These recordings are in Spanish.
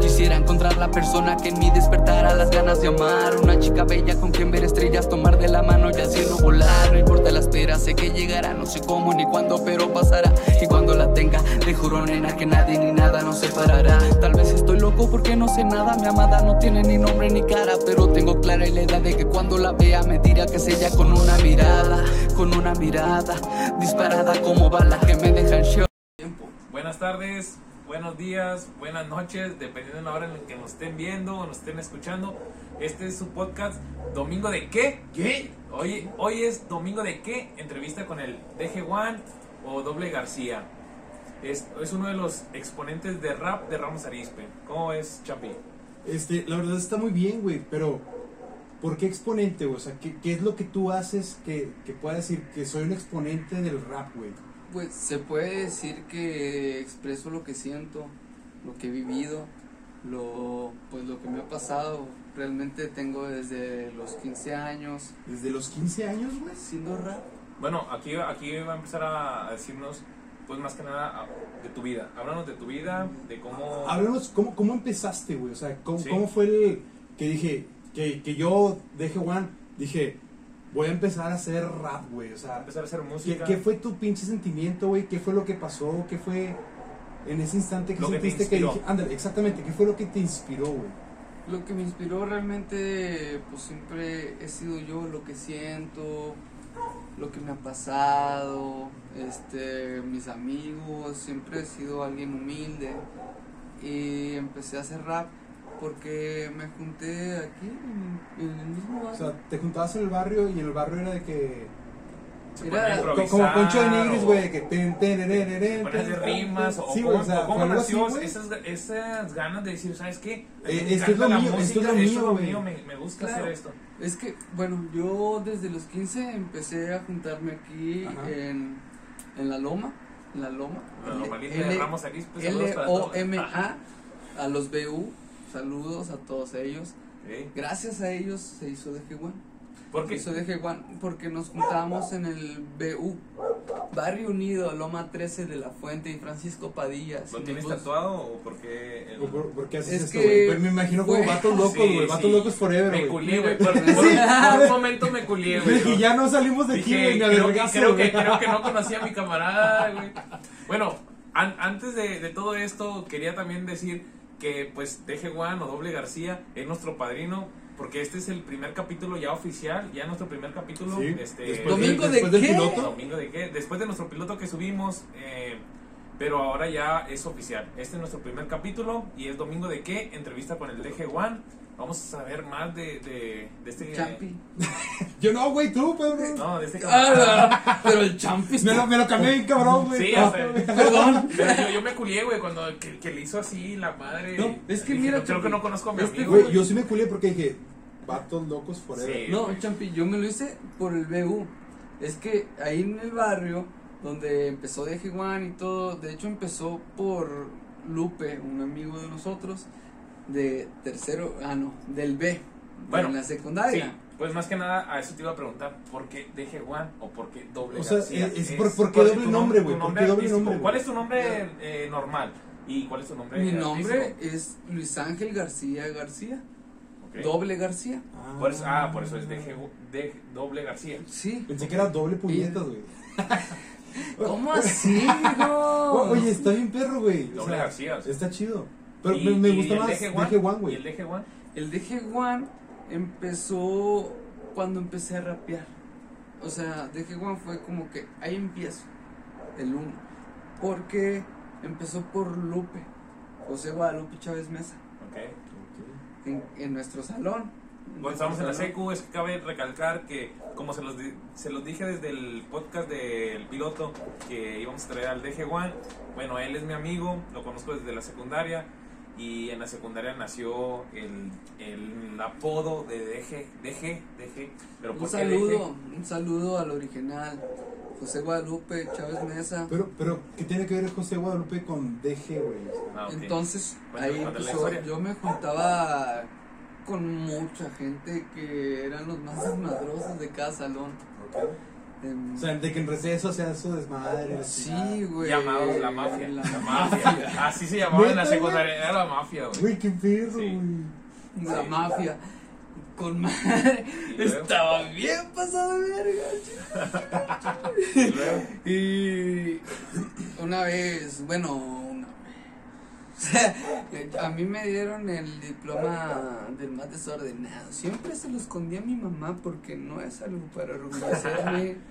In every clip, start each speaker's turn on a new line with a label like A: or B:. A: Quisiera encontrar la persona que en mí despertara las ganas de amar. Una chica bella con quien ver estrellas, tomar de la mano y al cielo volar. No importa la espera, sé que llegará, no sé cómo ni cuándo, pero pasará. Y cuando la tenga, le juro, nena, que nadie ni nada nos separará. Tal vez estoy loco porque no sé nada. Mi amada no tiene ni nombre ni cara, pero tengo clara la idea de que cuando la vea me dirá que es ella con una mirada, con una mirada disparada como bala que me deja en shock.
B: Buenas tardes, buenos días, buenas noches, dependiendo de la hora en la que nos estén viendo o nos estén escuchando. Este es su podcast Domingo de qué?
C: ¿Qué?
B: Hoy, hoy es Domingo de qué? Entrevista con el DG Juan o Doble García. Es, es uno de los exponentes de rap de Ramos Arispe. ¿Cómo es, Champi?
C: Este, la verdad está muy bien, güey, pero ¿por qué exponente, güey? O sea, ¿qué, qué es lo que tú haces que, que pueda decir que soy un exponente del rap, güey?
A: Pues se puede decir que expreso lo que siento, lo que he vivido, lo, pues lo que me ha pasado. Realmente tengo desde los 15 años
C: Desde los 15 años, güey.
A: haciendo rap.
B: Bueno, aquí, aquí va a empezar a, a decirnos, pues más que nada, a- de tu vida. Háblanos de tu vida, de cómo...
C: Háblanos, ¿cómo, cómo empezaste, güey? O sea, ¿cómo,
B: Sí.
C: cómo fue el que dije, que, que yo dejé Juan, dije, voy a empezar a hacer rap, güey? O sea,
B: empezar a hacer
C: ¿qué,
B: música.
C: qué fue tu pinche sentimiento, güey? ¿Qué fue lo que pasó? ¿Qué fue en ese instante que
B: Lo que te
C: sentiste que,
B: inspiró.
C: dije, ándale, exactamente, ¿qué fue lo que te inspiró, güey?
A: Lo que me inspiró realmente, pues siempre he sido yo, lo que siento, lo que me ha pasado, este, mis amigos, siempre he sido alguien humilde y empecé a hacer rap porque me junté aquí en, en el mismo
C: O
A: barrio.
C: sea, te juntabas en el barrio y en el barrio era de que.
B: Se
A: Mira,
B: ponía a
A: co-
C: co-
B: improvisar,
C: como Concho de Nigris,
B: o-
C: güey, de que. Ten, ten, ten, ten, ten,
B: Poner de
C: ten,
B: rimas
C: ten.
B: o
C: Sí,
B: cómo,
C: güey, o sea,
B: o cómo
C: fue algo así,
B: nació
C: güey.
B: esas, esas ganas de decir, ¿sabes qué? A mí
C: Eh,
B: me
C: esto es lo
B: encanta
C: mío, esto es lo mío, güey.
B: me, me gusta
A: Claro.
B: hacer esto.
A: Es que, bueno, yo desde los 15 empecé a juntarme aquí
C: Ajá.
A: en, en La Loma, en La Loma.
B: La normalita
A: L-
B: de Ramos Arispe, pues, saludos para todos.
A: L-O-M-A, a los BU, saludos a todos ellos.
B: Sí,
A: Gracias a ellos se hizo de G1. Se
B: Porque
A: hizo de G1 porque nos juntábamos en el BU, Barrio Unido, Loma 13 de la Fuente y Francisco Padilla.
B: ¿Lo
A: Si
B: tienes
A: nos-
B: tatuado o porque
C: O por- ¿Por qué haces
A: Es
C: esto,
A: que-
C: güey? Pues Me imagino como
A: güey.
C: vatos locos,
B: Sí,
C: güey. Vatos
B: sí.
C: locos forever,
B: Me
C: güey.
B: culié, güey. Por,
A: Sí.
B: por- por un momento me culié,
C: Yo
B: güey.
C: Dije, ya no salimos de aquí,
B: Dije,
C: güey, ni al
B: creo, que,
C: vergazo,
B: creo, que,
C: güey.
B: creo que no conocí a mi camarada, güey. Bueno, an- antes de, de todo esto, quería también decir que, pues, DG Juan o Doble García es nuestro padrino, porque este es el primer capítulo ya oficial, ya nuestro primer capítulo.
C: Sí,
B: este,
C: después
A: ¿Domingo de
C: después del
A: qué?
C: piloto.
B: Domingo de qué? Después de nuestro piloto que subimos, eh, pero ahora ya es oficial. Este es nuestro primer capítulo y es Domingo de qué? Entrevista con el DG Juan. Vamos a saber más de, de, de este.
A: Champi.
C: Yo no, güey, tú, Pedro.
B: No, de este camarada.
A: Ah, pero el Champi.
C: Me lo,
A: está-
C: me lo cambié bien, cabrón, güey.
B: Sí,
C: Ah,
B: hasta-
A: Perdón.
B: Pero yo, yo me culié, güey, cuando que, que le hizo así la madre.
A: No, es que
B: Dije,
A: mira,
B: no, creo
A: Champi,
B: que no conozco a mi
A: este
B: amigo.
C: Güey, yo sí me culé porque dije, vatos locos forever.
B: Sí.
A: No, Champi, yo me lo hice por el BU. Es que ahí en el barrio donde empezó de Juan y todo, de hecho empezó por Lupe, un amigo de nosotros, de tercero, ah no, del B, de
B: Bueno,
A: en la secundaria.
B: Sí, pues más que nada a eso te iba a preguntar, ¿por qué DG Juan o por qué doble
C: O sea,
B: García?
C: es- es por- ¿por qué
B: ¿cuál es
C: doble
B: tu
C: nombre,
B: tu
C: güey? ¿Por qué doble
B: artístico?
C: nombre, güey?
B: ¿Cuál es tu nombre eh, normal y cuál es tu nombre?
A: Mi nombre
B: artístico?
A: es Luis Ángel García García,
B: Ok.
A: doble García.
B: Por eso- ah, por eso es DG, Ju- DG doble García.
A: Sí.
C: Pensé que era doble puñetas, güey.
A: ¿Cómo así? No.
C: O- Oye, está bien perro, güey. O
B: Doble
C: sea,
B: García, o sea.
C: Está chido. Pero
B: Y-
C: me, me
B: y
C: gusta
B: el
C: más
B: DG Juan,
C: DG One,
B: ¿Y el
C: güey.
B: DG Juan?
A: El DG One empezó cuando empecé a rapear. O sea, DG One fue como que ahí empiezo, el uno. Porque empezó por Lupe, José Guadalupe Chávez Mesa,
B: Ok.
A: en, en nuestro salón.
B: Cuando estábamos en la
A: Nuestro
B: secu, es que cabe recalcar que, como se los, di- se los dije desde el podcast del piloto que íbamos a traer al DG1, bueno, él es mi amigo, lo conozco desde la secundaria y en la secundaria nació el, el apodo de DG, DG, DG, pero ¿por
A: salón. Un
B: qué
A: saludo,
B: DG?
A: un saludo al original, José Guadalupe Chávez Mesa.
C: Pero, pero, ¿qué tiene que ver José Guadalupe con DG, güey? O sea,
B: Ah, ok.
A: Entonces,
B: Cuéntame,
A: ahí
B: cuéntame la
A: empezó,
B: historia.
A: yo me juntaba con mucha gente que eran los más desmadrosos de cada salón.
C: O sea, de que en receso se hace su desmadre. la chingada.
A: sí, güey.
B: Llamados la mafia. La,
A: La-
B: mafia. Así se llamaba en la
C: ¿Neta, güey?
B: secundaria. Era la mafia, güey.
C: Güey, qué perro,
B: Sí.
C: güey.
A: La
B: Sí.
A: mafia. Con madre.
B: Y luego-
A: Estaba bien pasado de verga.
B: Y luego,
A: Y una vez, bueno, una vez. A mí me dieron el diploma del más desordenado. Siempre se lo escondí a mi mamá porque no es algo para orgullecerme.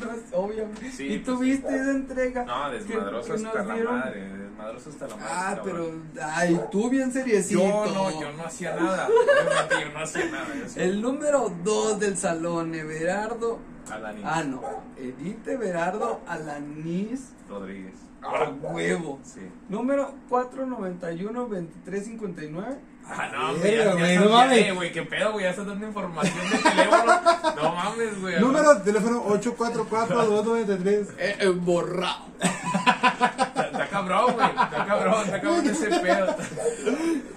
A: No es obviamente.
B: Sí,
A: y
B: pues,
A: tuviste esa entrega.
B: No, desmadroso
A: Que- que nos
B: hasta la
A: dieron.
B: madre. Desmadroso hasta la madre.
A: Ah,
B: cabrón.
A: pero. Ay, tú bien seriecito.
B: Yo no, yo no hacía nada. Obviamente yo no hacía nada. yo hacía-
A: El número 2 del salón, Everardo.
B: Alanis
A: Ah, no. Edith Everardo Alanis.
B: Rodríguez. Ah,
A: A huevo.
B: Sí.
A: Número 491-2359.
B: Ah, no,
C: Verga,
B: güey, ya, ya estás-
C: güey, no
B: ya,
C: mames.
B: eh, güey, qué pedo, güey, ya estás dando información de teléfono. No mames, güey.
C: Número de teléfono 844-293.
A: Eh, eh, borrado.
B: Está, está cabrón, güey. Está cabrón, está cabrón ese pedo. está-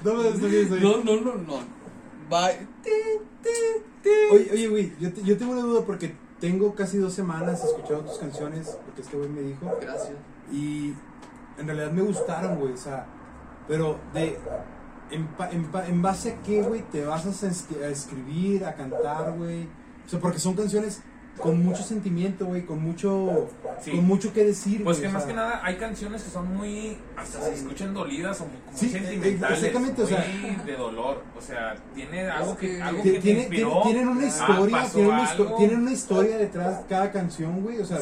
C: No me destruyes ahí.
A: No, no, no, no. Va. Ti, ti, ti.
C: Oye, oye, güey, yo, te- yo tengo una duda porque tengo casi dos semanas escuchando tus canciones, porque este güey me dijo,
A: Gracias.
C: y en realidad me gustaron, güey, o sea, pero de... En, pa- en, pa- en base a qué, güey, te vas a, sens- a escribir, a cantar, güey. O sea, porque son canciones con mucho sentimiento, güey, con mucho,
B: Sí.
C: con mucho que decir,
B: Pues
C: güey,
B: que
C: o
B: más
C: sea.
B: que nada hay canciones que son muy, hasta se escuchan dolidas o muy, como
C: Sí,
B: sentimentales,
C: exactamente, o sea.
B: muy de dolor, o sea, tiene algo que,
A: que-
B: algo
C: Ti-
B: que te
C: tiene-
B: inspiró,
C: tiene- tienen una
B: Ah,
C: historia,
B: pasó
C: tienen, una histo-
B: algo,
C: tienen una historia detrás cada canción, güey. O sea,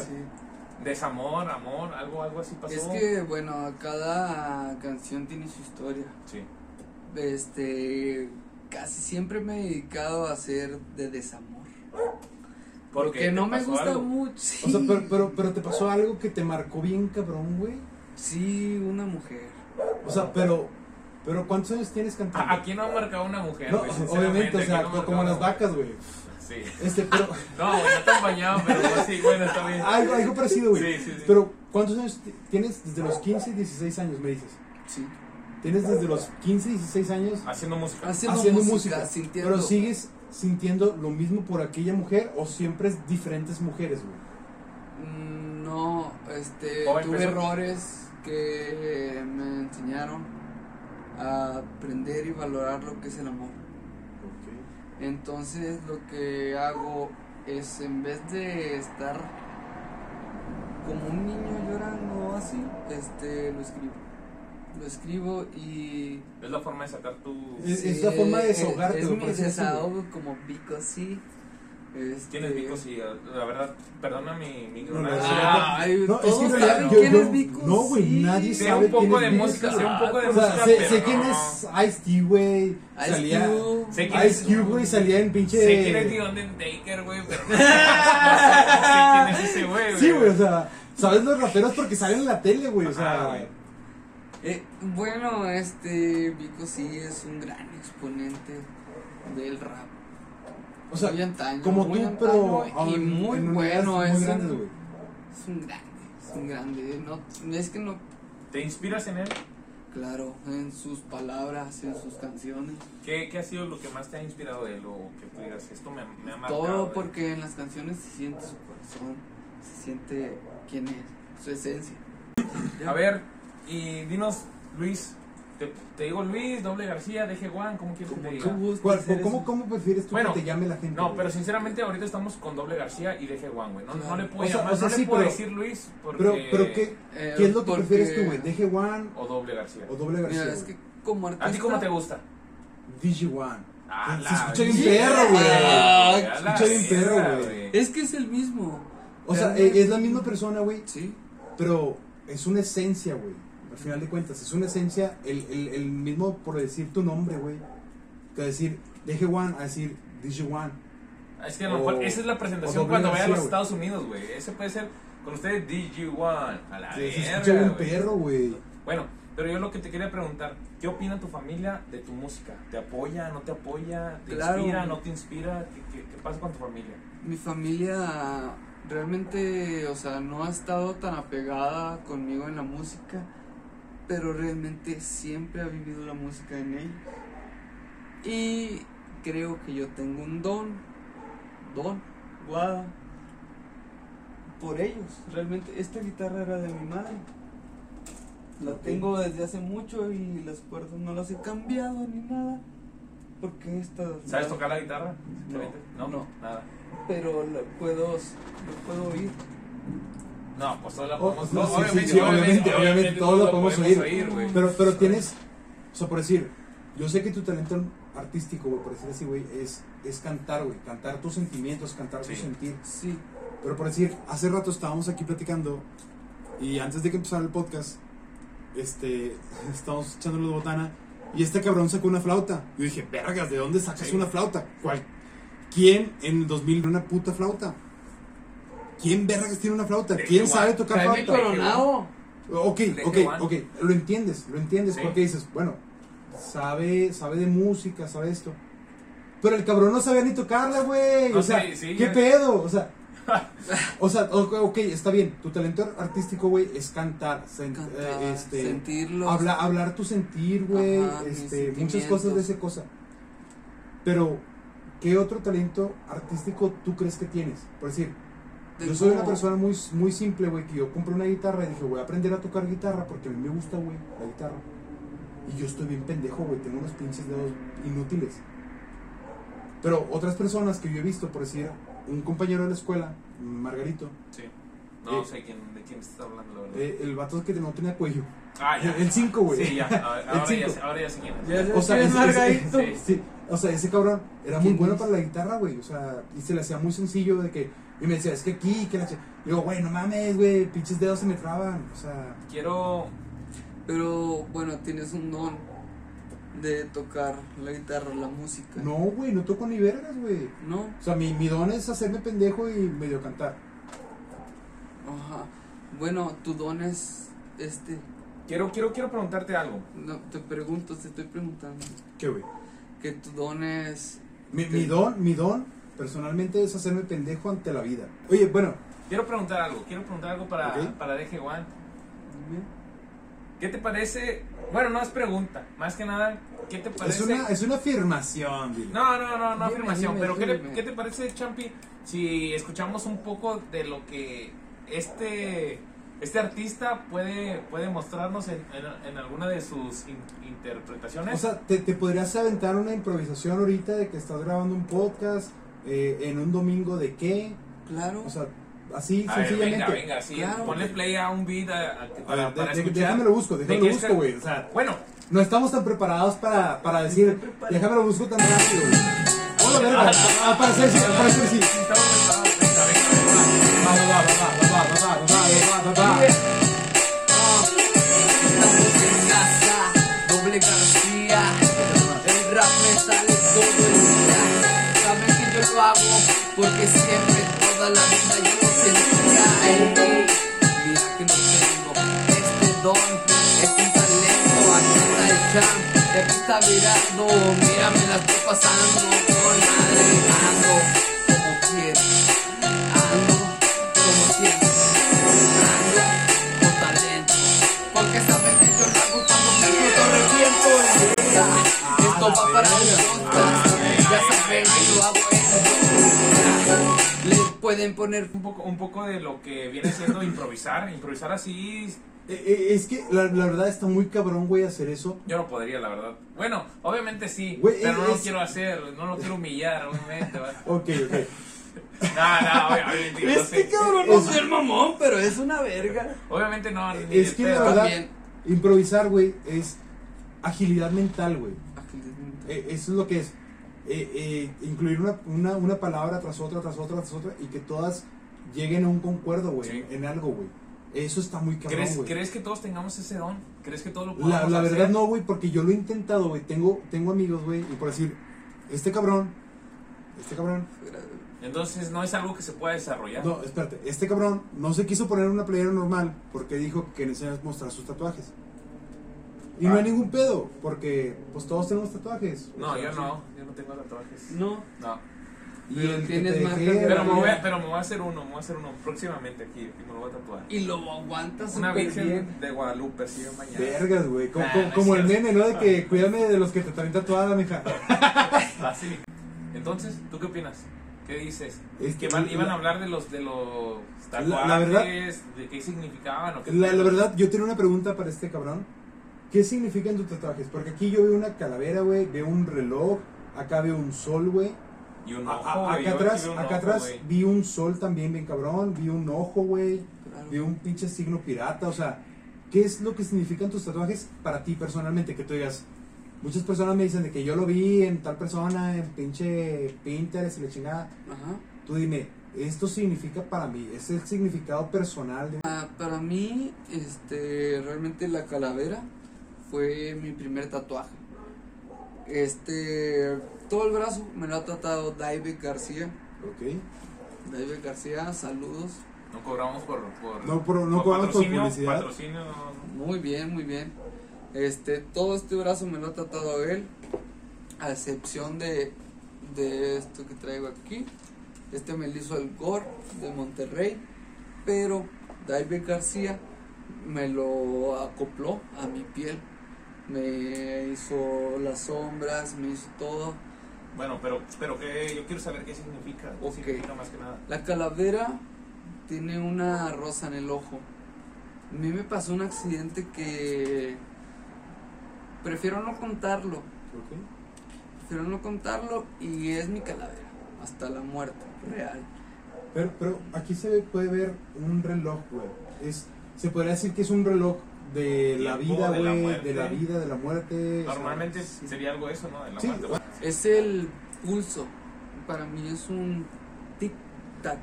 B: desamor, amor, algo, algo así pasó,
A: Es que, bueno, cada canción tiene su historia.
B: sí,
A: Este. Casi siempre me he dedicado a hacer de desamor. Porque
B: te
A: no me
B: pasó
A: gusta
B: algo.
A: mucho.
C: o sea, pero, pero, pero te pasó algo que te marcó bien, cabrón, güey.
A: Sí, una mujer.
C: O sea, pero, pero ¿cuántos años tienes cantando?
B: ¿A, a quién no ha marcado una mujer?
C: no,
B: güey?
C: obviamente,
B: Sinceramente,
C: o
B: ¿a quién
C: sea,
B: no ha marcado
C: como
B: una
C: las
B: mujer?
C: vacas, güey.
B: Sí.
C: Este, pero
B: No, güey, no tan bañado, pero pues sí, bueno, está bien.
C: algo, algo parecido, güey.
B: Sí, sí, sí.
C: Pero ¿cuántos años ti- tienes desde los 15, 16 años, me dices?
A: Sí.
C: Tienes desde los 15, 16 años
B: Haciendo música.
A: Haciendo,
C: haciendo
A: música,
C: música.
A: sintiendo.
C: Pero sigues sintiendo lo mismo por aquella mujer o siempre es diferentes mujeres, güey.
A: Mm, No, este,
B: Joven,
A: tuve
B: pues.
A: errores que eh, me enseñaron a aprender y valorar lo que es el amor. Entonces lo que hago es en vez de estar como un niño llorando o así, este, lo escribo. Lo escribo y...
B: Es la forma de sacar tu.
C: Es- la forma de desahogarte,
A: Es,
C: güey,
A: mi
C: por así decirlo.
A: desahogo como pico, sí. Este,
B: ¿Quién es Vico? Sí, eh, la verdad, perdona mi, mi
C: No, no,
B: ignorancia.
C: sí.
B: Ah,
A: Ay,
C: No, es que
A: todos
C: en realidad
A: saben
B: yo-
A: quién
B: yo-
A: es Vico.
C: no, güey,
A: sí.
C: nadie
B: sé
C: sabe
B: un poco
C: quién
B: de
C: es Vico.
B: música, sé un poco de
C: O sea,
B: música.
C: sé,
B: pero
C: sé
B: no.
C: quién es Ice-T, güey.
A: Ice
C: Salía...
A: Cube.
B: Sé quién
C: Ice Cube, güey, salía en pinche...
B: Sé quién es The Undertaker, güey, pero no, no sé quién es ese güey, güey.
C: Sí, güey, o sea, sabes los raperos porque salen en la tele, güey, o
B: Ajá,
C: sea...
B: güey.
A: Eh, bueno, este Vico sí es un gran exponente del rap.
C: O sea,
A: muy antaño,
C: como
A: muy
C: tú,
A: antaño
C: pero...
A: y
C: aún
A: muy
C: en unidades
A: bueno, es,
C: Muy grandes,
A: un,
C: güey.
A: es un grande, es un grande. No, es que no,
B: ¿Te inspiras en él?
A: claro, en sus palabras, en sus canciones,
B: ¿Qué, ¿Qué ha sido lo que más te ha inspirado de él? O que tú digas, esto me, me ha marcado.
A: todo
B: güey?
A: porque en las canciones se siente su corazón, se siente quién es, su esencia.
B: A ver, y dinos, Luis. Te, te digo Luis, doble García, DG Juan, ¿cómo quieres que
A: Como
B: te
A: tú
B: diga?
A: gustes,
C: ¿Cuál-
A: eres
C: ¿Cómo,
A: un-
C: ¿Cómo prefieres tú
B: Bueno,
C: que te llame la gente?
B: No,
C: güey?
B: pero sinceramente ahorita estamos con Doble García y DG Juan, güey. No, no le puedo
C: O sea,
B: llamar,
C: o sea,
B: no
C: sí,
B: le puedo
C: pero-
B: decir Luis porque...
C: Pero, pero ¿qué,
A: Eh,
C: ¿qué es lo que
A: porque-
C: prefieres tú, güey? ¿DG One
B: O Doble García.
C: o Doble García?
A: Mira, es que como artista.
B: ¿A ti cómo te gusta?
C: DG One. Eh,
B: Ah,
C: Se
B: la
C: escucha bien
B: verga,
C: perro, güey.
A: Ah,
B: a
C: se
B: la
C: escucha bien perro,
B: verga,
C: güey.
A: Es que es el mismo.
C: O sea,
A: Pero-
C: e- es la misma persona, güey,
A: Sí.
C: pero es una esencia, güey. Al final de cuentas, es una esencia, el, el, el mismo por decir tu nombre, güey. Que decir DG One a decir DG One.
B: Es que a lo
C: O-
B: mejor esa es la
C: o
B: presentación
C: Doble
B: cuando vaya a
C: García,
B: los
C: güey.
B: Estados Unidos, güey. Ese puede ser con ustedes DG1. A la
C: Se escucha
B: verga,
C: bien
B: güey.
C: perro, güey.
B: Bueno, pero yo lo que te quería preguntar, ¿qué opina tu familia de tu música? ¿Te apoya, no te apoya? ¿Te
A: Claro.
B: inspira, no te inspira? ¿Qué, qué, qué pasa con tu familia?
A: Mi familia realmente, o sea, no ha estado tan apegada conmigo en la música, pero realmente siempre ha vivido la música en ellos. Y creo que yo tengo un don, don, guada,
D: por ellos. Realmente esta guitarra era de mi madre. La tengo desde hace mucho y las cuerdas no las he cambiado ni nada. Porque esta...
B: ¿Sabes tocar la guitarra?
D: No,
B: no,
D: no.
B: nada.
D: Pero la puedo, lo puedo oír.
B: No, pues solo la
C: Oh,
B: podemos
C: no,
B: no,
C: sí, sí, sí, obviamente, obviamente, todo lo podemos oír.
B: güey.
C: Pero, pero tienes, o sea, por decir, yo sé que tu talento artístico, güey, por decir así, güey, es, es cantar, güey, cantar tus sentimientos, cantar tu
B: Sí.
C: sentir.
D: Sí.
C: Pero por decir, hace rato estábamos aquí platicando y antes de que empezara el podcast, este, estábamos echándole la botana y este cabrón sacó una flauta. Yo dije, vergas, ¿de dónde sacas una flauta? ¿Cuál? ¿Quién en el 2000 una puta flauta? ¿Quién vergas tiene una flauta?
B: De
C: ¿Quién
B: que,
C: sabe
B: güey,
C: tocar
D: Jaime
C: flauta?
D: Coronado.
C: Ok,
B: De
C: ok,
B: Juan.
C: ok. Lo entiendes, lo entiendes.
B: Sí.
C: Porque dices, bueno, sabe, sabe de música, sabe esto. Pero el cabrón no sabía ni tocarla, güey.
B: No,
C: o sea,
B: sí, sí,
C: ¿qué
B: ya.
C: pedo? O sea, o sea, ok, ok, está bien. Tu talento artístico, güey, es cantar, sen-
D: Cantar,
C: eh, este,
D: sentirlo.
C: habla- hablar tu sentir, güey,
D: Ajá, mis
C: este, muchas
D: sentimientos.
C: cosas de esa cosa. Pero, ¿qué otro talento artístico tú crees que tienes? Por decir, yo soy una
D: Tengo-
C: persona muy, muy simple, güey, que yo compré una guitarra y dije, voy a aprender a tocar guitarra porque a mí me gusta, güey, la guitarra. Y yo estoy bien pendejo, güey, tengo unos pinches dedos inútiles. Pero otras personas que yo he visto, por decir, un compañero de la escuela, Margarito,
B: Sí. No
C: Eh,
B: sé quién, de quién está hablando, la verdad.
C: eh, el vato que no tenía cuello,
B: ah, ya.
C: el 5, güey.
B: Sí, ya. Ahora, ahora
C: cinco.
B: ya, sé- ahora ya sé quién es.
D: Ya sé
C: O sea,
D: quién es
C: ese- ese-
D: Margarito.
B: Sí.
C: Sí, o sea, ese cabrón era muy
D: ¿Quién
C: bueno
D: es?
C: para la guitarra, güey. O sea, y se le hacía muy sencillo de que. Y me decía, es que aquí, que la. ch-". Y Digo, güey, no mames, güey, pinches dedos se me traban. O sea,
B: Quiero.
D: Pero bueno, tienes un don de tocar la guitarra, la música.
C: no, güey, no toco ni vergas, güey.
D: No,
C: O sea, mi, mi don es hacerme pendejo y medio cantar.
D: ajá. Bueno, tu don es este.
B: Quiero, quiero, quiero preguntarte algo.
D: No, te pregunto, te estoy preguntando.
C: ¿Qué, güey?
D: Que tu don es.
C: Mi, mi don, mi don, personalmente, es hacerme pendejo ante la vida. Oye, bueno,
B: Quiero preguntar algo. Quiero preguntar algo para,
C: Ok.
B: para DG One.
D: Dime.
B: ¿Qué te parece? Bueno, no es pregunta. Más que nada, ¿qué te
C: es
B: parece?
C: una, es una afirmación, dile.
B: No, no, no, no
D: Dime,
B: afirmación.
D: dime,
B: pero ¿qué, le-
D: dime.
B: qué te parece, Champi, si escuchamos un poco de lo que este, este artista puede, puede mostrarnos en, en- en alguna de sus in- interpretaciones?
C: O sea, te, te podrías aventar una improvisación ahorita de que estás grabando un podcast eh, en un domingo de qué.
D: Claro.
C: O sea, así
B: a ver,
C: sencillamente.
B: venga, venga, sí,
D: Claro.
B: ponle play a un beat a- a-
C: A
B: para,
C: ver,
B: para
C: de- de-
B: escuchar.
C: déjame lo busco, déjame
B: ¿De
C: lo
B: qué
C: busco,
B: está-
C: güey. O sea,
B: Bueno,
C: no estamos tan preparados para, para decir, déjame lo busco tan rápido, güey. Hola, verga. Ah, para ser sí, para ser sí.
B: estamos preparados.
C: Va, va, va, va, va, va, va, va, va, va, va, va.
A: Estamos en casa, doble García. El rap me sale todo el día. Saben que yo lo hago porque siempre, toda la vida yo lo sentía. Ey, ey, Mira que no tengo este don, es un talento. Aquí está el champ, y aquí está virando. Mira, me la estoy pasando con madre. Ando como quieres, ando como siempre. Ando con talento, porque saben que yo lo hago cuando me exploto reviento en vida. Esto va para los otros, ya saben que yo hago esto. Le pueden poner
B: Un poco, un poco de lo que viene siendo improvisar, improvisar así
C: Eh, eh, Es que la, la verdad está muy cabrón, güey, hacer eso.
B: Yo no podría, la verdad. Bueno, obviamente sí,
C: Güey,
B: pero no lo
C: es-
B: quiero hacer, no lo quiero humillar, obviamente. ¿va?
C: Ok, ok.
B: No, no, obviamente, yo no
D: Este
B: sé.
D: cabrón
C: Es-
D: no es el mamón, pero es una verga.
B: Obviamente no, ni
C: Es
B: de
C: que
B: pedo.
C: la verdad,
D: También.
C: improvisar, güey, es agilidad mental, güey.
D: Agilidad.
C: Eh, eso es lo que es. Eh, eh, incluir una, una, una palabra tras otra, tras otra, tras otra, y que todas lleguen a un concuerdo, güey,
B: Sí.
C: en algo, güey. Eso está muy cabrón,
B: ¿Crees,
C: güey.
B: ¿Crees que todos tengamos ese don? ¿Crees que todos lo podemos
C: La, la
B: hacer?
C: verdad no, güey, porque yo lo he intentado, güey. Tengo, tengo amigos, güey, y por decir, este cabrón, este cabrón,
B: Entonces no es algo que se pueda desarrollar.
C: no, espérate, este cabrón no se quiso poner una playera normal porque dijo que quería mostrar sus tatuajes. Y no
B: Ah.
C: hay ningún pedo, porque pues todos tenemos tatuajes. o
B: No,
C: sea,
B: yo no, yo no tengo tatuajes.
D: No,
B: No,
C: Y
D: Pero
C: el que
D: tienes
C: te dejé
D: marcas de-
C: era-
B: pero me, voy a, pero me voy a hacer uno, me voy a hacer uno próximamente aquí, aquí me lo voy a tatuar.
D: y lo aguantas
B: Una
D: súper
B: virgen
D: bien.
B: de Guadalupe, sí, mañana.
C: Vergas, güey. Como,
B: Nah,
C: como-
B: no es
C: como el
B: cierto. Ah.
C: meme, ¿no? De que cuídame de los que te traen tatuada, mija.
B: Así. Entonces, ¿tú qué opinas? ¿Qué dices?
C: Es
B: que
C: que
B: van-
C: la-
B: iban a hablar de los de los tatuajes,
C: La- la verdad-
B: de qué significaban o qué
C: La, la verdad, yo tenía una pregunta para este cabrón. ¿Qué significan tus tatuajes? Porque aquí yo veo una calavera, güey, veo un reloj, acá veo un sol, güey.
B: Y un
C: A-
B: ojo,
C: a-
B: güey,
C: Acá
B: yo
C: atrás,
B: sí veo un
C: acá
B: ojo,
C: atrás
B: güey.
C: vi un sol también bien cabrón, vi un ojo, güey,
A: Claro.
C: vi un pinche signo pirata, o sea, ¿qué es lo que significan tus tatuajes para ti personalmente? Que tú digas, muchas personas me dicen de que yo lo vi en tal persona, en pinche Pinterest y la chingada.
A: Ajá.
C: Tú dime, esto significa para mí, es el significado personal de...
A: Ah, para mí, este, realmente la calavera fue mi primer tatuaje. Este, todo el brazo me lo ha tratado David García.
C: Ok.
A: David García, saludos.
B: No cobramos por. por
C: No, pero no cobramos por
B: patrocinio,
C: publicidad.
B: patrocinio, no, no.
A: Muy bien, muy bien. Este, todo este brazo me lo ha tratado él, a excepción de, de esto que traigo aquí. Este me lo hizo el Gore de Monterrey, pero David García me lo acopló a mi piel. Me hizo las sombras, me hizo todo.
B: Bueno, pero, pero que yo quiero saber qué significa. qué
A: Ok.
B: significa más que nada.
A: La calavera tiene una rosa en el ojo. A mí me pasó un accidente que prefiero no contarlo.
C: Ok.
A: Prefiero no contarlo y es mi calavera. Hasta la muerte, real.
C: Pero, pero aquí se ve- puede ver un reloj, güey. Es, se podría decir que es un reloj de la
B: Tiempo,
C: vida,
B: de la
C: güey,
B: muerte.
C: de la vida, de la muerte. o sea,
B: Normalmente
C: sí.
B: sería algo eso, ¿no? De la
C: Sí,
B: muerte.
C: bueno.
A: Es el pulso. Para mí es un tic-tac,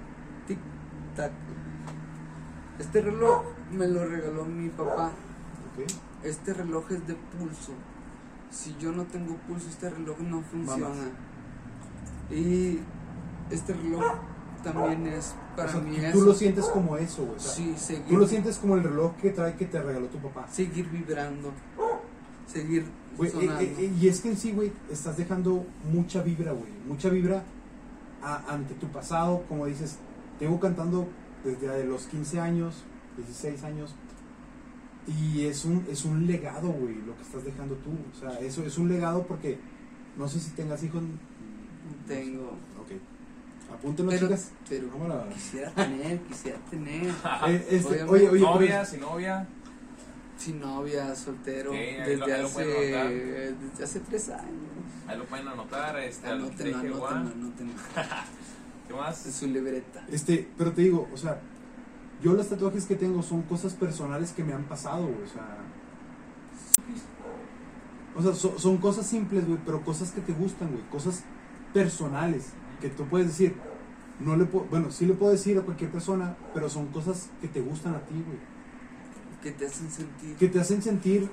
A: tic-tac. Este reloj me lo regaló mi papá.
C: Ok.
A: Este reloj es de pulso. Si yo no tengo pulso, este reloj no funciona.
C: Mamas.
A: Y este reloj también es para
C: O sea,
A: mí
C: tú-
A: es
C: tú lo sientes como eso, güey. o sea,
A: sí,
C: Tú lo
A: seguir,
C: sientes como el reloj que trae que te regaló tu papá.
A: seguir vibrando, seguir
C: Güey, eh,
A: sonando.
C: eh, eh, y es que en sí, güey, estás dejando mucha vibra, güey. Mucha vibra a- ante tu pasado. Como dices, tengo cantando desde los 15 años, 16 años. Y es un, es un legado, güey, lo que estás dejando tú. O sea, eso es un legado porque no sé si tengas hijos.
A: Tengo.
C: Ok. Apúntenlo,
A: Pero,
C: chicas.
A: pero
C: Vámonos.
A: quisiera tener, quisiera tener.
C: Eh, este,
A: obviamente.
C: oye, oye, pero-
B: novia, sin novia.
A: Sin novia, soltero,
B: Sí, ahí
A: desde,
B: lo- ahí lo
A: hace,
B: pueden
A: desde hace tres años. Ah,
B: Ahí lo pueden anotar. Este, al TG
A: Anótenlo,
B: One.
A: anótenlo, anótenlo.
B: ¿Qué
A: En
B: más?
A: su libreta.
C: Este, pero te digo, o sea, yo los tatuajes que tengo son cosas personales que me han pasado, güey, o sea. O sea, so- son cosas simples, güey, pero cosas que te gustan, güey, cosas personales que tú puedes decir. No le puedo, bueno, sí le puedo decir a cualquier persona, pero son cosas que te gustan a ti, güey,
A: Que te hacen sentir.
C: que te hacen sentir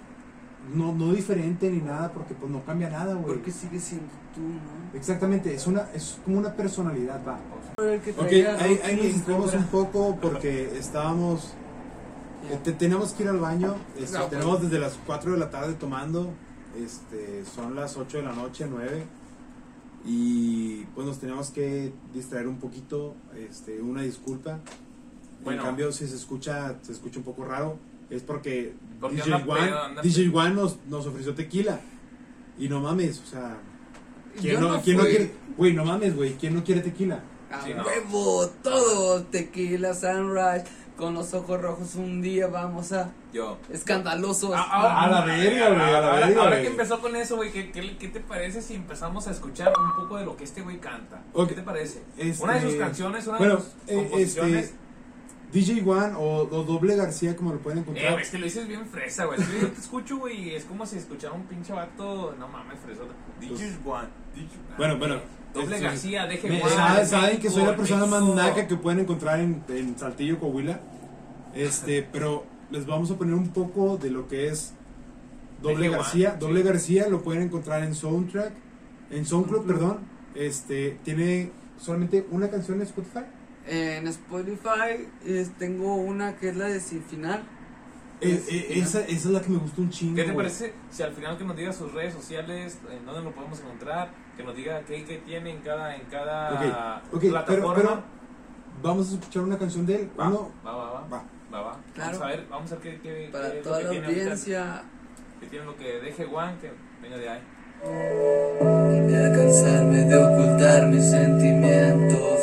C: no no diferente ni nada, porque pues no cambia nada, güey.
A: Porque sigues siendo tú, ¿no?
C: Exactamente, es una es como una personalidad, va.
A: El que
C: Ok,
A: traía,
C: ahí,
A: ¿no?
C: ahí nos
A: Sí,
C: distraemos
A: compra.
C: un poco porque estábamos Eh, te- tenemos que ir al baño. este,
A: No, pues.
C: tenemos desde las 4 de la tarde tomando. Este, son las 8 de la noche, 9. Y pues nos tenemos que distraer un poquito. Este, una disculpa.
B: Bueno.
C: En cambio, si se escucha, se escucha un poco raro. Es porque,
B: Porque
C: DJ,
B: anda
C: Juan,
B: pedo, anda
C: DJ
B: pedo.
C: Juan nos, nos ofreció tequila. Y no mames, o sea.
A: Yo
C: ¿Quién no, quién no
A: fui.
C: quiere? Güey, no mames, güey. ¿Quién no quiere tequila?
A: A
B: Sí, no.
A: huevo, todo tequila sunrise. Con los ojos rojos un día vamos a
B: Yo.
A: escandalosos.
C: ah, a la verga, güey, a la
B: ahora,
C: verga,
B: ahora
C: güey.
B: que empezó con eso, güey, ¿qué, qué, qué te parece si empezamos a escuchar un poco de lo que este güey canta?
C: Ok.
B: ¿Qué te parece?
C: Este,
B: Una de sus canciones, una
C: bueno,
B: de sus
C: eh,
B: composiciones.
C: este, DJ Juan o, o Doble García, como lo pueden
B: Eh,
C: encontrar.
B: güey, es que lo dices bien fresa, güey. Es que Yo te escucho, güey, y es como si escuchara un pinche vato. No mames, fresota. DJ Juan.
C: Pues, Bueno, bueno,
B: Doble
C: este,
B: García, deje
C: Me-
B: Juan,
C: saben, saben que soy la
B: México,
C: persona más
B: México.
C: naca que pueden encontrar en, en Saltillo, Coahuila. Este, pero les vamos a poner un poco de lo que es Doble
B: Deje Juan,
C: García.
B: sí.
C: Doble García lo pueden encontrar en Soundtrack, en SoundCloud, perdón. Este, tiene solamente una canción en Spotify.
A: En Spotify eh, tengo una que es la de Sin Final.
C: Eh,
A: Sí,
C: eh,
A: sí,
C: esa, esa es la que me gusta un chingo.
B: ¿Qué te
C: güey.
B: parece si al final que nos diga sus redes sociales, en dónde lo podemos encontrar, que nos diga qué, qué tiene en cada, en cada
C: Ok, ok, pero-
B: plataforma?
C: pero- Vamos a escuchar una canción de él.
B: va,
C: Uno,
B: va, va, va,
C: va.
B: va, va.
A: Claro.
B: Vamos a ver, vamos a ver qué, qué, qué
A: Para
B: es
A: toda
B: lo
A: la
B: que tiene ahorita,
A: audiencia.
B: que tiene lo que deje Juan, que venga de ahí.
A: De alcanzarme, de ocultar mis sentimientos.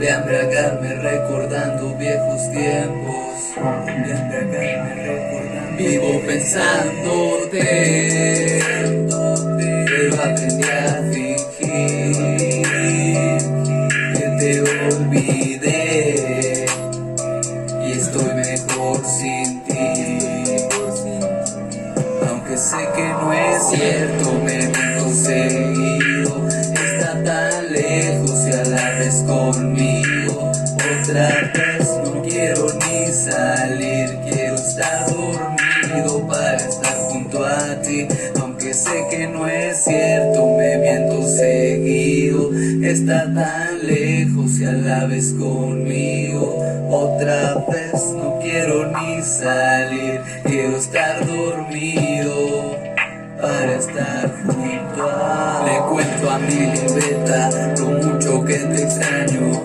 A: embriagarme recordando viejos tiempos. Embriagarme recordando. Vivo pensándote, pero aprendí a fingir que te olvidé y estoy mejor sin ti. Aunque sé que no es cierto, me he conseguido. Está tan lejos y a la vez conmigo. Otra vez no quiero ni salir, quiero estar dormido para estar junto a ti. Aunque sé que no es cierto, me miento seguido. Está tan lejos y a la vez conmigo. Otra vez no quiero ni salir, quiero estar dormido para estar junto a Le cuento a mi libreta lo mucho que te extraño.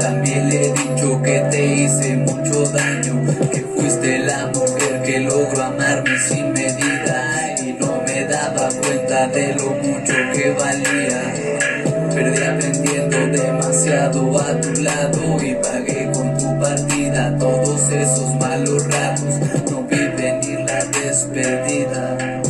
A: También le he dicho que te hice mucho daño, que fuiste la mujer que logró amarme sin medida y no me daba cuenta de lo mucho que valía. Perdí aprendiendo demasiado a tu lado y pagué con tu partida todos esos malos ratos. No vi venir la despedida.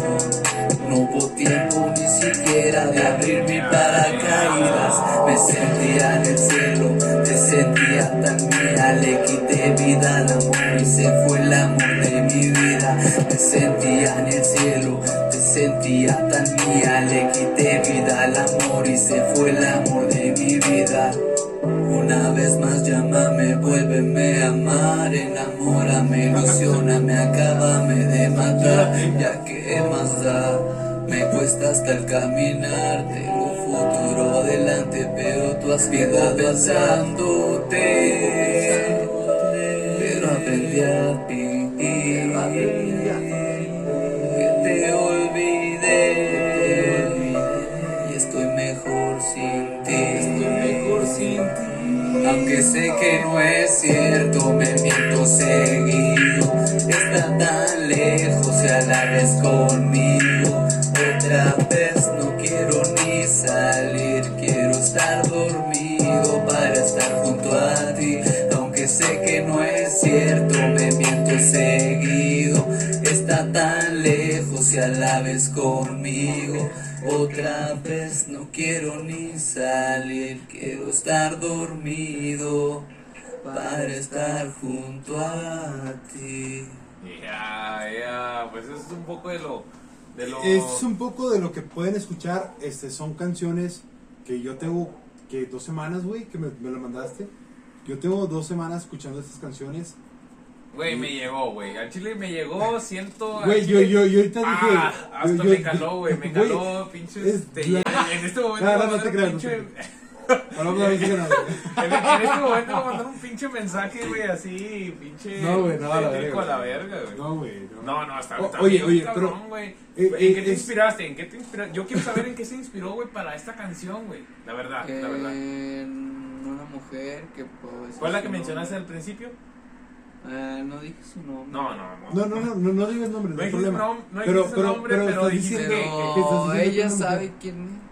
A: No hubo tiempo ni siquiera de abrir mi paracaídas. Me sentía en el cielo, te sentía tan mía. Le quité vida al amor y se fue el amor de mi vida. Me sentía en el cielo, te sentía tan mía. Le quité vida al amor y se fue el amor de mi vida. Una vez más llámame, vuélveme a amar, enamórame, ilusioname, acábame de matar, ya que más da, me cuesta hasta el caminar, tengo futuro delante, pero tú has quedado pensándote, pero aprendí a fingir, que te olvidé, y estoy mejor sin ti, estoy mejor sin ti. Aunque sé que no es cierto, me miento seguido. Está tan lejos y a la vez conmigo. Otra vez no quiero ni salir, quiero estar dormido para estar junto a ti. Aunque sé que no es cierto, me miento seguido. Está tan lejos y a la vez conmigo. Otra vez no quiero ni salir, quiero estar dormido para estar junto a ti.
B: Ya, ya, pues eso es un poco de lo. De lo
C: Es un poco de lo que pueden escuchar. Este, son canciones que yo tengo que dos semanas, güey, que me, me lo mandaste. Yo tengo dos semanas escuchando estas canciones.
B: Güey, me llegó, güey. Al chile me llegó, siento. al
C: Güey, yo,
B: chile-
C: yo, yo ahorita dije.
B: Ah, hasta
C: yo- yo-
B: me caló, güey. Me
C: güey,
B: caló, pinches.
C: es-
B: te- en este momento.
C: No, no,
B: va a
C: no
B: mandar
C: te
B: un
C: creas, no te
B: pinche-
C: Ahora vamos a ver si ganamos.
B: En, en este momento va a mandar un pinche mensaje, güey, así, pinche.
C: No, güey, no, a la
B: tétrico
C: verga.
B: a la verga, güey.
C: No, güey.
B: No, no, hasta
C: O-
B: está
C: Oye,
B: bien,
C: oye,
B: cabrón,
C: pero.
B: güey.
C: eh,
B: ¿En
C: eh,
B: qué te
C: es-
B: inspiraste? ¿En qué te inspiraste? Yo quiero saber en qué se inspiró, güey, para esta canción, güey. La verdad, Ah,
A: Eh,
B: la verdad.
D: En una mujer que pues.
B: ¿Cuál es la que
D: su
B: mencionaste al
D: nombre-
B: principio?
A: Ah,
D: Eh, no dije su nombre.
B: No, no, no.
C: No, no, no, no, no digas nombres,
B: No
C: no hay
B: dijiste
C: problema.
B: nom- no
C: pero,
B: dijiste
C: pero,
B: nombre,
C: pero,
B: pero
C: estás
B: dijiste
C: diciendo-
B: que-
C: que estás
D: Pero
C: diciendo que
D: ella
C: es una
D: sabe
C: mujer.
D: quién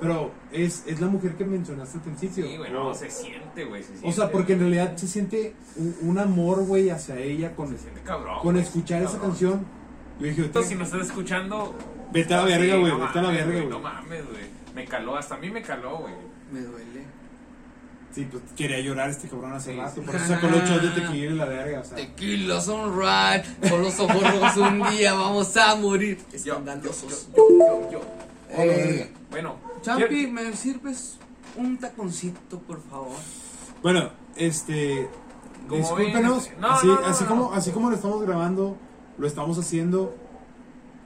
C: Pero es, es la mujer que mencionaste al principio.
B: Sí, güey, no, se siente, güey. se
C: O
B: siente,
C: sea, porque en
B: güey.
C: realidad se siente un, un amor, güey, hacia ella con,
B: Se siente cabrón.
C: con
B: güey,
C: escuchar esa
B: cabrón.
C: canción. Yo dije,
B: Si nos estás escuchando.
C: vete a la verga,
B: sí,
C: güey,
B: no
C: vete a la
B: mames,
C: verga,
B: No
C: güey.
B: mames, güey. Me caló, hasta a mí me caló, güey.
D: es. Me duele.
C: Sí, pues quería llorar este cabrón hace
B: Sí, sí.
C: rato, por eso sacó los shots de tequila y la verga, o sea.
D: Tequila Sunrise, con los ojos rojos un día vamos a morir. Escandalosos.
B: yo, yo, yo.
C: Oh, la verga.
D: Eh,
B: Bueno.
D: Champi,
B: quiero-
D: ¿me sirves un taconcito, por favor?
C: Bueno, este.
B: Como
C: Discúlpenos.
B: ven, no,
C: así,
B: no, no,
C: así,
B: no,
C: como,
B: no.
C: así como lo estamos grabando, lo estamos haciendo.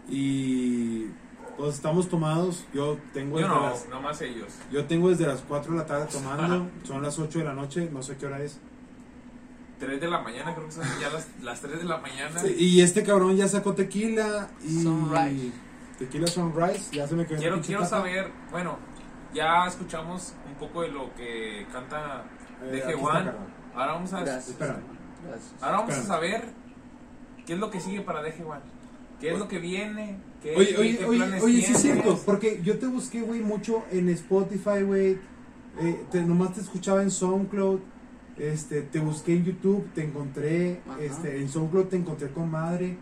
C: Y. Pues estamos tomados. Yo tengo
B: Yo
C: desde
B: no,
C: las-
B: nomás ellos.
C: yo tengo desde las 4 de la tarde tomando. Son las 8 de la noche, no sé qué hora es.
B: 3 de la mañana, creo que son ya las, las 3 de la mañana.
C: Y este cabrón ya sacó tequila. Y
D: Sunrise.
C: Tequila Sunrise. Ya se me quedó.
B: Quiero,
C: la pinche
B: quiero
C: tapa.
B: saber, bueno, ya escuchamos un poco de lo que canta
C: Eh,
B: de
C: aquí está,
B: G1.
C: carnal.
B: Ahora vamos a,
D: Gracias.
C: Espera.
D: Gracias.
B: ahora vamos a
C: Espérame.
B: saber qué es lo que sigue para DG1. ¿Qué es lo que viene? ¿Qué,
C: Oye,
B: qué-
C: oye,
B: qué
C: oye,
B: planes
C: oye, sí es
B: tienes?
C: cierto, porque yo te busqué, güey, mucho en Spotify, güey. Eh, te, nomás te escuchaba en SoundCloud.
E: Este, te busqué en YouTube, te encontré,
A: Ajá.
E: este, en SoundCloud te encontré con madre,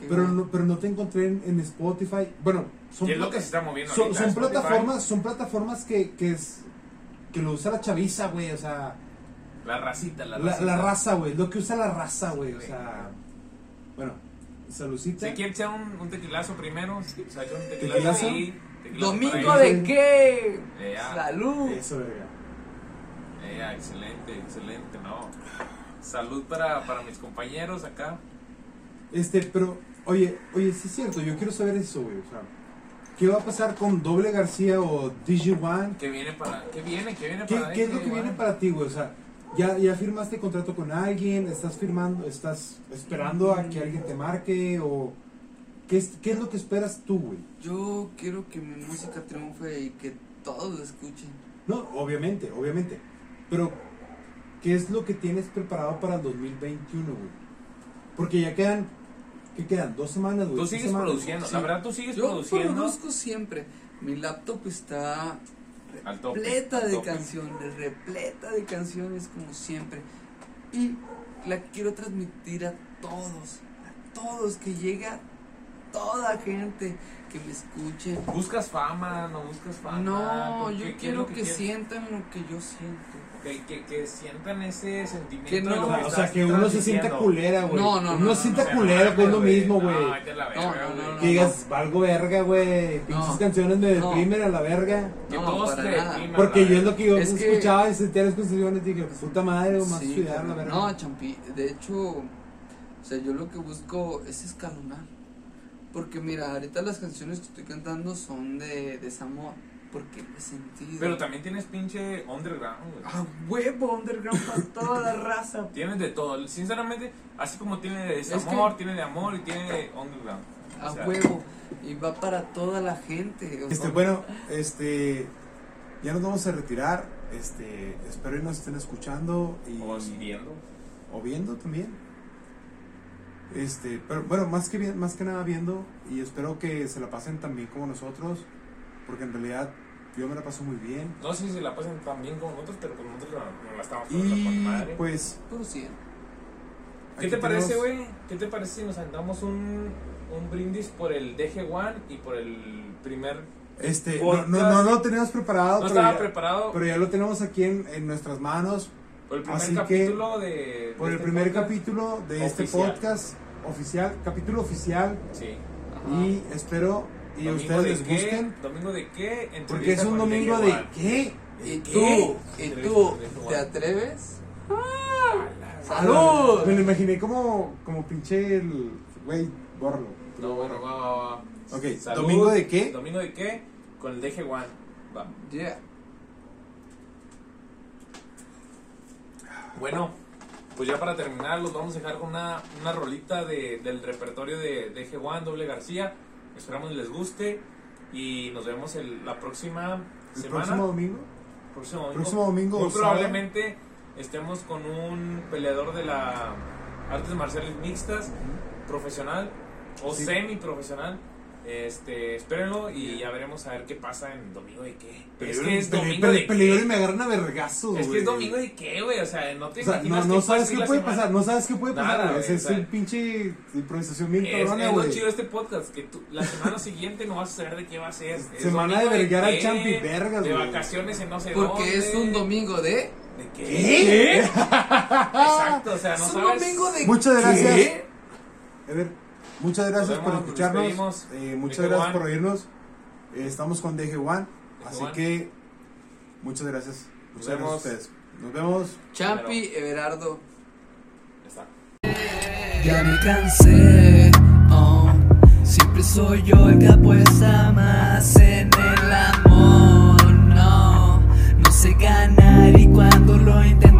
A: Qué
E: pero
A: bueno.
E: no, pero no te encontré en, en Spotify. Bueno, son,
B: Y es lo que
E: plata-
B: se está moviendo
E: son,
B: ahorita,
E: son
B: Spotify.
E: plataformas, son plataformas que, que es que lo usa la chaviza, güey, o sea,
B: La racita, la
E: la,
B: racita.
E: la raza, güey, lo que usa la raza, güey, o
B: Sí.
E: sea, bueno, saludcita.
B: ¿Se quiere echar un, un tequilazo primero? Se echa un
E: ¿Tequilazo?
B: tequilazo. ahí, tequilazo
A: Domingo
B: por ahí.
A: de qué?
B: Eh, ya.
A: Salud.
E: Eso, verga.
B: Eh, excelente, excelente, no. Salud para, para mis compañeros acá.
E: Este, pero, oye, oye, sí es cierto, yo quiero saber eso, güey, o sea, ¿qué va a pasar con Doble García o DJ One?
B: ¿Qué viene para.? ¿Qué viene? ¿Qué viene
E: ¿Qué,
B: para.?
E: qué es
B: esto,
E: lo que viene
B: Iván?
E: para ti, güey? O sea, ¿ya, ya firmaste contrato con alguien? ¿Estás firmando? ¿Estás esperando a que alguien te marque? ¿O qué es, qué es lo que esperas tú, güey?
A: Yo quiero que mi música triunfe y que todos la escuchen.
E: No, obviamente, obviamente. Pero, ¿qué es lo que tienes preparado para el 2021, güey? Porque ya quedan, ¿qué quedan? Dos semanas, güey.
B: Tú
E: tres
B: sigues
E: semanas.
B: produciendo,
E: Sí.
B: la verdad, tú sigues
A: Yo
B: produciendo.
A: produzco siempre. Mi laptop está
B: Al tope,
A: repleta
B: al
A: de
B: tope.
A: canciones, repleta de canciones como siempre. Y la quiero transmitir a todos, a todos, que llegue a toda gente que me escuche.
B: ¿Buscas fama? ¿No buscas fama?
A: No,
B: ¿Tú
A: yo
B: qué- qué es
A: quiero
B: lo
A: que,
B: quieres?
A: sientan lo que yo siento.
B: Que, que, que sientan ese sentimiento.
A: Que no,
B: de lo
E: O sea, o
B: estás
E: sea, que uno se sienta
B: transmitiendo.
E: culera, güey.
A: No, no, no,
E: Uno se
B: No
A: no,
E: sienta
B: se
E: culera,
B: mames,
E: güey, es lo mismo, güey.
B: No, vete a la verga,
A: No, no, no,
B: güey.
E: Que digas, valgo verga, güey. Pinches
A: No.
E: canciones me
A: No.
E: deprimen a la verga.
B: Que
A: No,
B: todos
A: para
B: te
A: nada.
B: depriman,
E: Porque yo
B: la
E: es
B: verga.
E: lo que yo
A: Es que-
E: escuchaba y sentía las canciones y dije, "Pues, puta madre, o más
A: Sí,
E: cuidar la
A: cabrón.
E: verga.
A: No, champi, de hecho, o sea, yo lo que busco es escalonar. Porque mira, ahorita las canciones que estoy cantando son de desamor, porque me he sentido.
B: Pero también tienes pinche underground, güey.
A: A huevo, underground para toda la raza.
B: Tienes de todo. Sinceramente, así como tiene de desamor,
A: que-
B: tiene de amor y tiene de underground. O
A: A
B: sea,
A: huevo. Y va para toda la gente. o
C: Este,
A: sea,
C: bueno, este, ya nos vamos a retirar. Este, espero que nos estén escuchando y
B: O siguiendo.
C: o viendo también. Este, pero bueno, más que bien, más que nada viendo y espero que se la pasen tan bien como nosotros, porque en realidad yo me la paso muy bien.
B: No sé si la pasan tan bien como nosotros, pero con nosotros no, no la estamos pasando con
C: Y
B: madre.
C: pues,
A: Pero sí,
B: ¿Qué
C: aquí
B: te parece,
C: tenemos-
B: güey? ¿Qué te parece si nos andamos un, un brindis por el DG1 y por el primer...
C: Este, no,
B: Podcast.
C: no, no lo teníamos preparado,
B: No
C: pero,
B: estaba
C: ya,
B: preparado
C: pero ya lo tenemos aquí en, en nuestras manos
B: por el
C: así
B: primer
C: que-
B: capítulo de...
C: por
B: de
C: el
B: este
C: primer
B: podcast.
C: capítulo de este
B: Oficial.
C: podcast oficial, capítulo oficial
B: Sí.
A: ajá.
C: y espero y a
B: Domingo
C: ustedes
B: de
C: les
B: qué,
C: gusten
B: ¿Domingo de qué?
C: porque es
B: Entrevista
C: un
B: con el
C: domingo de
B: DG1.
C: qué?
A: ¿Y
C: ¿De
A: tú? ¿Y
B: Entrevista
A: tú?
B: con el DG1.
A: ¿Te atreves?
C: Ah, Me
A: ¡Salud!
C: lo imaginé como, como pinche el. Güey, borlo.
B: No, bueno, va, va, va.
C: Ok, ¿domingo de qué?
B: ¿Domingo de qué? Con el DG1. Va.
A: Yeah.
B: Bueno, pues ya para terminar, los vamos a dejar con una, una rolita de- del repertorio de, de G1, Doble García. Esperamos les guste y nos vemos el- la próxima
C: ¿El
B: semana.
C: próximo domingo?
B: próximo domingo.
C: próximo domingo
B: Muy
C: o sábado.
B: probablemente estemos con un peleador de la artes marciales mixtas, profesional o
C: Sí.
B: semi profesional. Este, espérenlo y ya veremos a ver qué pasa en domingo de qué. es que es
C: Pele-
B: domingo
C: pele-
B: de
C: peligro y
B: qué.
C: me agarran a vergazos,
B: Es que es
C: güey.
B: domingo de qué, güey. O sea, no te
C: O sea, no,
B: imaginas
C: no sabes
B: así
C: qué
B: la
C: puede
B: semana.
C: pasar, no sabes qué puede
B: Nada,
C: pasar, güey.
B: güey,
C: Es, es
B: o sea,
C: un pinche improvisación bien
B: Es,
C: cabrona,
B: es lo
C: güey.
B: chido de este podcast, que tú, la semana siguiente no vas a saber de qué va a ser. Es
C: Semana de
B: domingo
C: verguear al
B: qué,
C: Champi, vergas,
B: De
C: güey.
B: vacaciones en no sé
A: Porque es
B: dónde.
A: un domingo de.
B: ¿De qué?
C: ¿Qué?
B: Exacto, o sea, no
A: es un
B: sabes.
A: domingo de.
C: Muchas gracias.
A: ¿Qué?
C: A ver, muchas gracias
B: Nos vemos,
C: por
B: nos
C: escucharnos.
B: despedimos.
C: eh, muchas
B: DG1.
C: gracias por oírnos. Eh, estamos con DG1. Así
B: DG1.
C: que, muchas gracias.
B: Nos
C: Muchas gracias a
B: vemos.
C: ustedes. Nos vemos.
A: Champi Everardo.
B: Exacto.
F: Ya me cansé, oh. siempre soy yo el que apuesta más en el oh. amor. No, no sé ganar y cuando lo intento. oh.